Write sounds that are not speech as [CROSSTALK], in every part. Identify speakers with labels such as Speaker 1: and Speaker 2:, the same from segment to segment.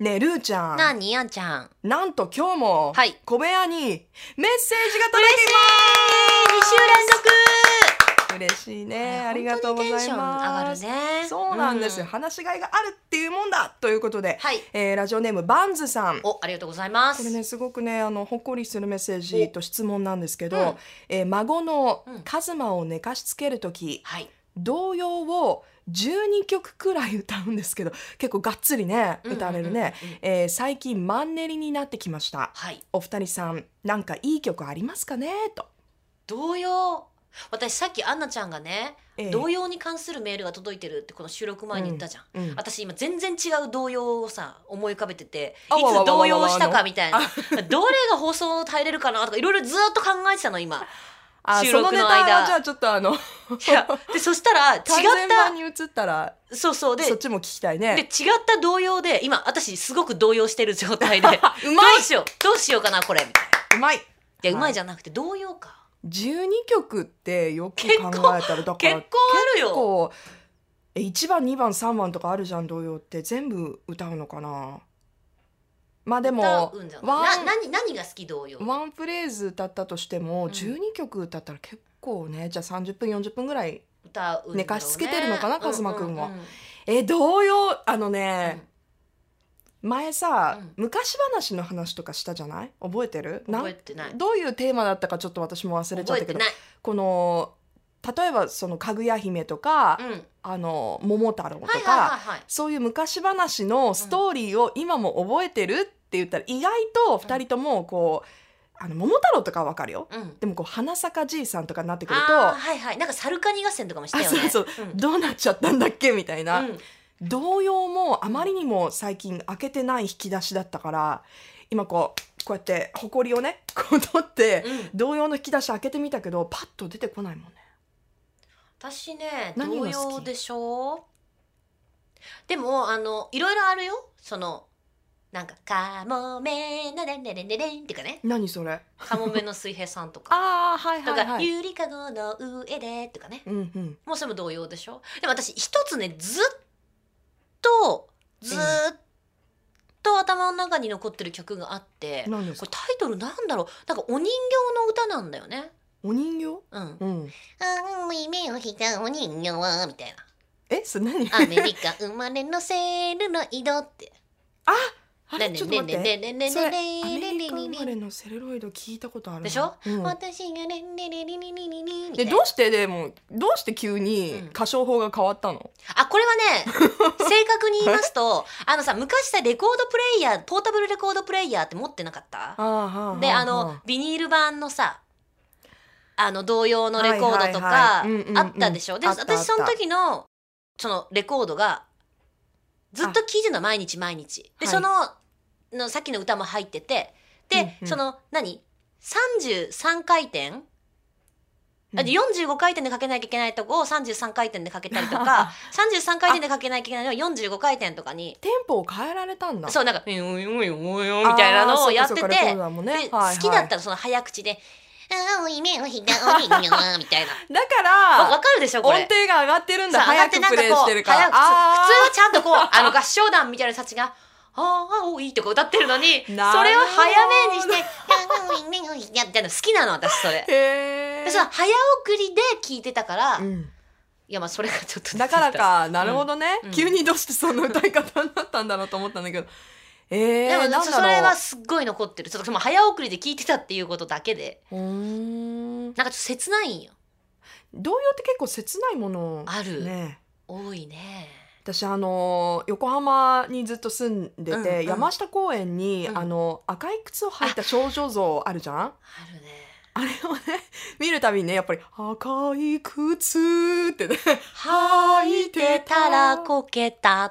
Speaker 1: ねえルーちゃん
Speaker 2: なにやんちゃん。
Speaker 1: なんと今日も、
Speaker 2: はい
Speaker 1: 小部屋にメッセージが
Speaker 2: 嬉
Speaker 1: 届
Speaker 2: しい
Speaker 1: きま
Speaker 2: 二週連続
Speaker 1: す嬉しいねありがとうございます
Speaker 2: 本当にテンション上がるね。
Speaker 1: そうなんですよ、話しがいがあるっていうもんだということで、
Speaker 2: はい
Speaker 1: えーラジオネームバンズさん
Speaker 2: お、ありがとうございま
Speaker 1: こ
Speaker 2: す。
Speaker 1: れねすごくねあのほっこりするメッセージと質問なんですけど、
Speaker 2: うん
Speaker 1: えー孫の
Speaker 2: うん
Speaker 1: カズマを寝かしつける時、
Speaker 2: はい。
Speaker 1: 童謡を12曲くらい歌うんですけど結構がっつりね歌われるね、
Speaker 2: うんうんうんうん
Speaker 1: えー最近マンネリになってきました
Speaker 2: はい。
Speaker 1: お二人さんなんかいい曲ありますかねと、
Speaker 2: 同様。私さっきアンナちゃんがね、
Speaker 1: えー
Speaker 2: 同様に関するメールが届いてるってこの収録前に言ったじゃん。
Speaker 1: うん
Speaker 2: 私今全然違う動揺をさ思い浮かべててい
Speaker 1: あわわわわ
Speaker 2: つ動揺をした
Speaker 1: あ
Speaker 2: か
Speaker 1: の
Speaker 2: みたいなどれが放送を耐えれるかなとかいろいろずっと考えてたの今
Speaker 1: あ
Speaker 2: 収録の間
Speaker 1: そのネタはじゃあちょっとあの
Speaker 2: いやでそしたら違っ
Speaker 1: 完全版に移ったら
Speaker 2: たそうそうで
Speaker 1: そっちも聞きたい
Speaker 2: で違
Speaker 1: ね
Speaker 2: った動揺で今私すごく動揺してる状態でど
Speaker 1: [LAUGHS] うまいう
Speaker 2: しようどうしようかなこれみたいう
Speaker 1: まい
Speaker 2: ないや
Speaker 1: はいう
Speaker 2: まいじゃなくて動揺か
Speaker 1: 12曲ってよく考えたらだから
Speaker 2: 結構あるよ
Speaker 1: 結構え1番2番3番とかあるじゃん童謡って全部歌うのかなまあでも
Speaker 2: 歌うんじゃない
Speaker 1: ワ
Speaker 2: な何何が好き動揺
Speaker 1: ンワンフレーズ歌ったとしても
Speaker 2: うん
Speaker 1: 12曲歌ったら結構ねじゃあ30分40分ぐらい
Speaker 2: 歌うんだろうね
Speaker 1: 寝かしつけてるのかなカズマくんは
Speaker 2: ううう
Speaker 1: え童謡あの
Speaker 2: うん
Speaker 1: ね、前さ、
Speaker 2: うん
Speaker 1: 昔話の話とかしたじゃない覚えてるなん
Speaker 2: 覚えてない
Speaker 1: どういうテーマだったかちょっと私も忘れちゃっ
Speaker 2: 覚
Speaker 1: た
Speaker 2: えて
Speaker 1: けど
Speaker 2: ない
Speaker 1: この例えばその「かぐや姫」とか「
Speaker 2: うんはい
Speaker 1: あの桃太郎」とか、
Speaker 2: はいはいはい
Speaker 1: そういう昔話のストーリーを今も覚えてるって言ったら意外と2人ともこう「あの桃太郎」とかはわかるよ。
Speaker 2: うん
Speaker 1: でもこう花咲じいさんとかになってくる
Speaker 2: あー
Speaker 1: と
Speaker 2: はいはいなんかサルカニ合戦とかもしたよね
Speaker 1: あそう
Speaker 2: そう、ん
Speaker 1: どうなっちゃったんだっけみたいな、
Speaker 2: うん
Speaker 1: 童謡もあまりにも最近開けてない引き出しだったから今こうこうやってほこりをねこう取って
Speaker 2: うん
Speaker 1: 童謡の引き出し開けてみたけどパッと出てこないもんね。
Speaker 2: 私ね
Speaker 1: 何
Speaker 2: 童
Speaker 1: が好き
Speaker 2: 謡でしょでもあのいろいろあるよそのなんか「カモメなれれれれれん」っていうかね
Speaker 1: 何それ
Speaker 2: 「カモメの水平さん」とか
Speaker 1: [LAUGHS] あーはい
Speaker 2: 「と
Speaker 1: はい
Speaker 2: か
Speaker 1: は
Speaker 2: ゆ
Speaker 1: い。
Speaker 2: りかごの上で」とかね
Speaker 1: うんうん、
Speaker 2: もうそれも童謡でしょでも私一つねずっとずっと頭の中に残ってる曲があって、
Speaker 1: 何です
Speaker 2: こ
Speaker 1: か
Speaker 2: れタイトルなんだろうなんかお人形の歌なんだよね
Speaker 1: お人形
Speaker 2: うん
Speaker 1: うん。
Speaker 2: 「あー夢をひたお人形は」みたいな
Speaker 1: えそれ何
Speaker 2: アメリカ生まれのセールの色って。
Speaker 1: あれちょっと待って。
Speaker 2: ね
Speaker 1: それアメリカ生まれのセルロイド聞いたことあるな
Speaker 2: でしょ
Speaker 1: うん
Speaker 2: 私がねねねねねねねねみた
Speaker 1: で
Speaker 2: いな
Speaker 1: どうしてでもどうして急に
Speaker 2: うん
Speaker 1: 歌唱法が変わったの、
Speaker 2: あこれはね正確に言いますとあのさ昔さレコードプレイヤーポータブルレコードプレイヤーって持ってなかった
Speaker 1: ああは
Speaker 2: であのビニール版のさあの童謡のレコードとか
Speaker 1: はいはいはいうんうんうん
Speaker 2: あったでしょで
Speaker 1: あったあった
Speaker 2: 私その時のそのレコードがずっと聴いてるの毎日毎日
Speaker 1: は
Speaker 2: で
Speaker 1: い
Speaker 2: そののさっきの歌も入っててで、
Speaker 1: うんうん
Speaker 2: その何33回転、あで45回転でかけなきゃいけないとこを33回転でかけたりと
Speaker 1: [LAUGHS]
Speaker 2: か33回転でかけなきゃいけないのを45回転とかに
Speaker 1: テンポを変えられたんだ
Speaker 2: そうなんか「うよよよよ」みたいなのをやってて、
Speaker 1: あーそうかそうかレコードだもんね
Speaker 2: で
Speaker 1: はいはい
Speaker 2: 好きだったらその早口で「青い目をひだおりに
Speaker 1: [LAUGHS]
Speaker 2: ょ」みたいな。
Speaker 1: だか
Speaker 2: わわ
Speaker 1: ら
Speaker 2: かるでしょこ
Speaker 1: 音
Speaker 2: れ
Speaker 1: 程が上がってるんだ
Speaker 2: そう上が
Speaker 1: 早
Speaker 2: って
Speaker 1: く
Speaker 2: なん
Speaker 1: プ
Speaker 2: か
Speaker 1: レイし
Speaker 2: こう
Speaker 1: て
Speaker 2: 早
Speaker 1: るから
Speaker 2: く普通は
Speaker 1: あ
Speaker 2: ちゃんとこうあの合唱団みたいな人たちが「あー青い」とか歌ってるのにそれを
Speaker 1: なるほど
Speaker 2: 早めにして「青い目をひだ」みたいなの好きなの私それ
Speaker 1: ー。へえ
Speaker 2: でその早送りで聞いてたから、いやまあそれがちょっと
Speaker 1: だからかなるほ
Speaker 2: ど、
Speaker 1: どね、
Speaker 2: うん
Speaker 1: 急にどうしてそんな歌い方になったんだろうと思ったんだけどえー、
Speaker 2: でも
Speaker 1: なんだろう
Speaker 2: それはすっごい残ってるちょっともう早送りで聞いてたっていうことだけで
Speaker 1: うーん
Speaker 2: なんかちょっと切ないんよ
Speaker 1: 童謡って結構切ないもの
Speaker 2: ある
Speaker 1: ね
Speaker 2: 多いね
Speaker 1: 私あの横浜にずっと住んでて、
Speaker 2: うんうん
Speaker 1: 山下公園に、
Speaker 2: うん
Speaker 1: あの赤い靴を履いた少女像あるじゃんあ
Speaker 2: あるね
Speaker 1: れをね見るたびにねやっぱり「赤い靴」ってね
Speaker 2: 履いてたらこけた [LAUGHS]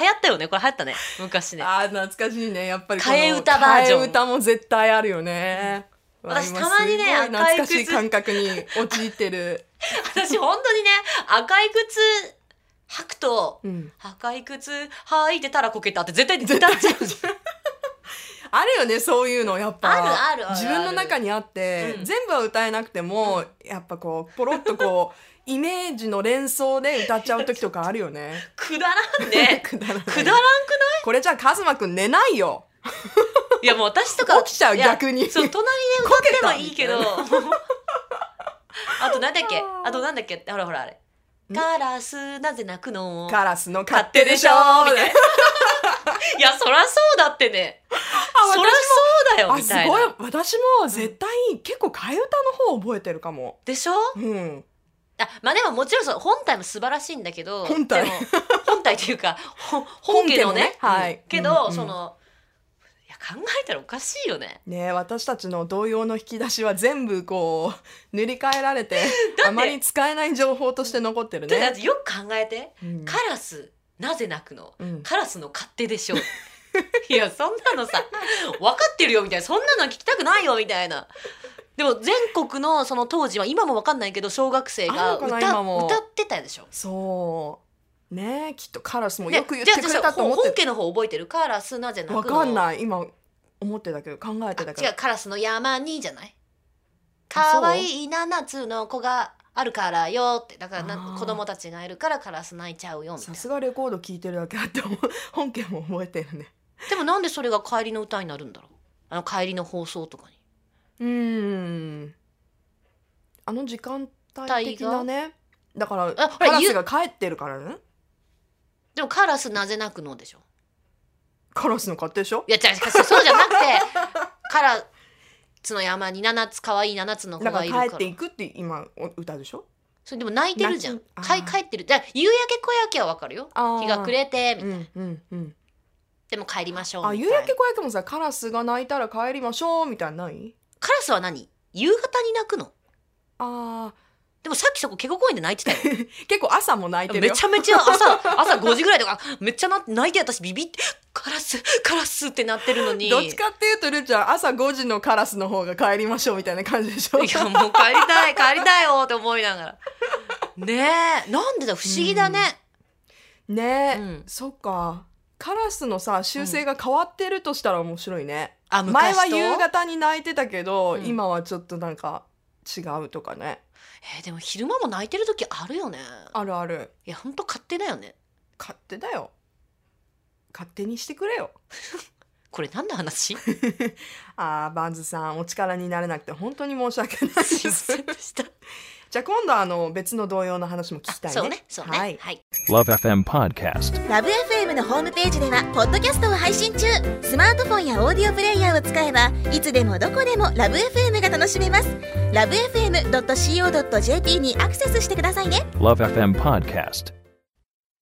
Speaker 2: 流行ったよねこれ流行ったね昔ね
Speaker 1: あー懐かしいねやっぱりこの
Speaker 2: 替え歌バージョン
Speaker 1: 替え歌も絶対あるよね、
Speaker 2: うん
Speaker 1: わ
Speaker 2: 私たまにね
Speaker 1: 今すごい懐かし
Speaker 2: 赤い
Speaker 1: い
Speaker 2: 靴
Speaker 1: 感覚に陥って
Speaker 2: [LAUGHS]
Speaker 1: る、
Speaker 2: 私本当にね赤い靴履くと
Speaker 1: うん、
Speaker 2: 赤い靴履いてたらこけたって絶対歌っちゃう
Speaker 1: あるよねそういうのやっぱ
Speaker 2: あるあるあるある
Speaker 1: 自分の中にあって、
Speaker 2: うん
Speaker 1: 全部は歌えなくても、やっぱこうポロッとこ
Speaker 2: [LAUGHS]
Speaker 1: うイメージの連想で歌っちゃう時とかあるよね。
Speaker 2: くだらん
Speaker 1: [LAUGHS]
Speaker 2: ね
Speaker 1: くだらない
Speaker 2: くだらんくない
Speaker 1: これじゃあカズマくん寝ないよ
Speaker 2: いやもう私とか
Speaker 1: 起きちゃう
Speaker 2: いや
Speaker 1: 逆に
Speaker 2: そう隣で歌ってもいいけ
Speaker 1: [LAUGHS]
Speaker 2: ど [LAUGHS] あとなんだっけあとなんだっけほらほらあれ
Speaker 1: ん
Speaker 2: カラスなぜ泣くの
Speaker 1: カラスの勝手でしょみたいない
Speaker 2: やそらそうだってね
Speaker 1: あ
Speaker 2: そらそうだよ
Speaker 1: あ
Speaker 2: み
Speaker 1: す
Speaker 2: たいな
Speaker 1: ごい私も絶対結構替え歌の方覚えてるかも
Speaker 2: でしょ
Speaker 1: うん
Speaker 2: あまあでももちろんそう本体も素晴らしいんだけど
Speaker 1: 本体
Speaker 2: でも本体というかほ本家のね
Speaker 1: 本家のねはい
Speaker 2: うんけど、
Speaker 1: うんうん
Speaker 2: そのいや考えたらおかしいよね
Speaker 1: ねえ私たちの童謡の引き出しは全部こう塗り替えられ [LAUGHS] てあまり使えない情報として残ってる
Speaker 2: だっ
Speaker 1: ね。
Speaker 2: てよく考えて、
Speaker 1: うん
Speaker 2: カラスなぜ泣くの
Speaker 1: うん
Speaker 2: カラスの勝手
Speaker 1: [LAUGHS]
Speaker 2: でしょいやそんなのさ分かってるよみたいなそんなの聞きたくないよみたいなでも全国のその当時は今も分かんないけど小学生が
Speaker 1: ある
Speaker 2: 歌
Speaker 1: のかな今も
Speaker 2: 歌ってたでしょ
Speaker 1: そうねえきっとカラスも
Speaker 2: ね
Speaker 1: よく言ってくれたと思
Speaker 2: じゃあ
Speaker 1: っ
Speaker 2: 本
Speaker 1: て
Speaker 2: 家の方覚えてるカラスなぜ泣くの
Speaker 1: わかんない今思ってたけど考えてたけ
Speaker 2: あ違う
Speaker 1: ど
Speaker 2: カラスの山にじゃない
Speaker 1: あそう
Speaker 2: 可愛い七つの子があるからよってだから
Speaker 1: あ
Speaker 2: な
Speaker 1: ー
Speaker 2: 子供たちがいるからカラス泣いちゃうよみたい
Speaker 1: さ
Speaker 2: な
Speaker 1: すがレコード聞いてるだけあって思う本家も覚えてるね。
Speaker 2: でもなんでそれが帰りの歌になるんだろうあの帰りの放送とかに
Speaker 1: うーんあの時間帯的なねだから
Speaker 2: あほ
Speaker 1: カ
Speaker 2: ら
Speaker 1: ラスが帰ってるからね
Speaker 2: でもカラスなぜ泣くのでしょ
Speaker 1: カラスの勝手でしょ
Speaker 2: いや違う
Speaker 1: [LAUGHS]
Speaker 2: 違うそうじゃなくてカラスの山に七つ可愛い七つの子
Speaker 1: だか
Speaker 2: がいるからら
Speaker 1: 帰っていくって今お歌でしょ
Speaker 2: それでも泣いてるじゃん
Speaker 1: 泣くあ
Speaker 2: かい
Speaker 1: ー
Speaker 2: 帰ってるじゃ夕焼け小焼けはわかるよ
Speaker 1: あー
Speaker 2: 日が暮れてみた
Speaker 1: う
Speaker 2: いなん
Speaker 1: うんうん
Speaker 2: でも帰りましょう
Speaker 1: あ
Speaker 2: み
Speaker 1: 夕
Speaker 2: たいな
Speaker 1: 焼け小焼けもさカラスが泣いたら帰りましょうみたいなのない
Speaker 2: カラスは何夕方に泣くの
Speaker 1: あ
Speaker 2: でもさっきそこケゴ公園で泣いてたよ。
Speaker 1: ー結構朝も泣いてる
Speaker 2: め
Speaker 1: よ
Speaker 2: ちゃめちゃ朝、 [LAUGHS] 朝5時ぐらいとか、めっちゃな泣いて私ビビって、カラス、カラスってなってるのに。
Speaker 1: どっちかっていうとルーちゃん朝5時のカラスの方が帰りましょうみたいな感じでしょ
Speaker 2: いや、もう帰りたい、帰りたいよって思いながら。ねえ、なんでだ、不思議だね。
Speaker 1: ねえ、
Speaker 2: うん
Speaker 1: そっかカラスのさ習性が変わってるとしたら面白いね、
Speaker 2: あ、
Speaker 1: 前
Speaker 2: 昔と
Speaker 1: は夕。方に泣いてたけど、
Speaker 2: うん
Speaker 1: 今はちょっとなんか違うとかね
Speaker 2: えーでも昼間も泣いてる時あるよね。
Speaker 1: あるある
Speaker 2: いや、ほんと勝手だよね。
Speaker 1: 勝手だよ勝手にしてくれよ
Speaker 2: これ何の話
Speaker 1: [LAUGHS] あーバンズさんお力になれなくて本当に申し訳ないです
Speaker 2: いますせんでした。
Speaker 1: じゃあ今度はあの別の同様の話も聞きたいね。
Speaker 2: そうね、そうね。
Speaker 1: は
Speaker 2: はいい。。
Speaker 3: Love FM Podcast.
Speaker 4: ラブ f m のホームページではポッドキャストを配信中スマートフォンやオーディオプレイヤーを使えばいつでもどこでもラブ f m が楽しめますラブ FM.co.jp にアクセスしてくださいね
Speaker 3: Love FM Podcast.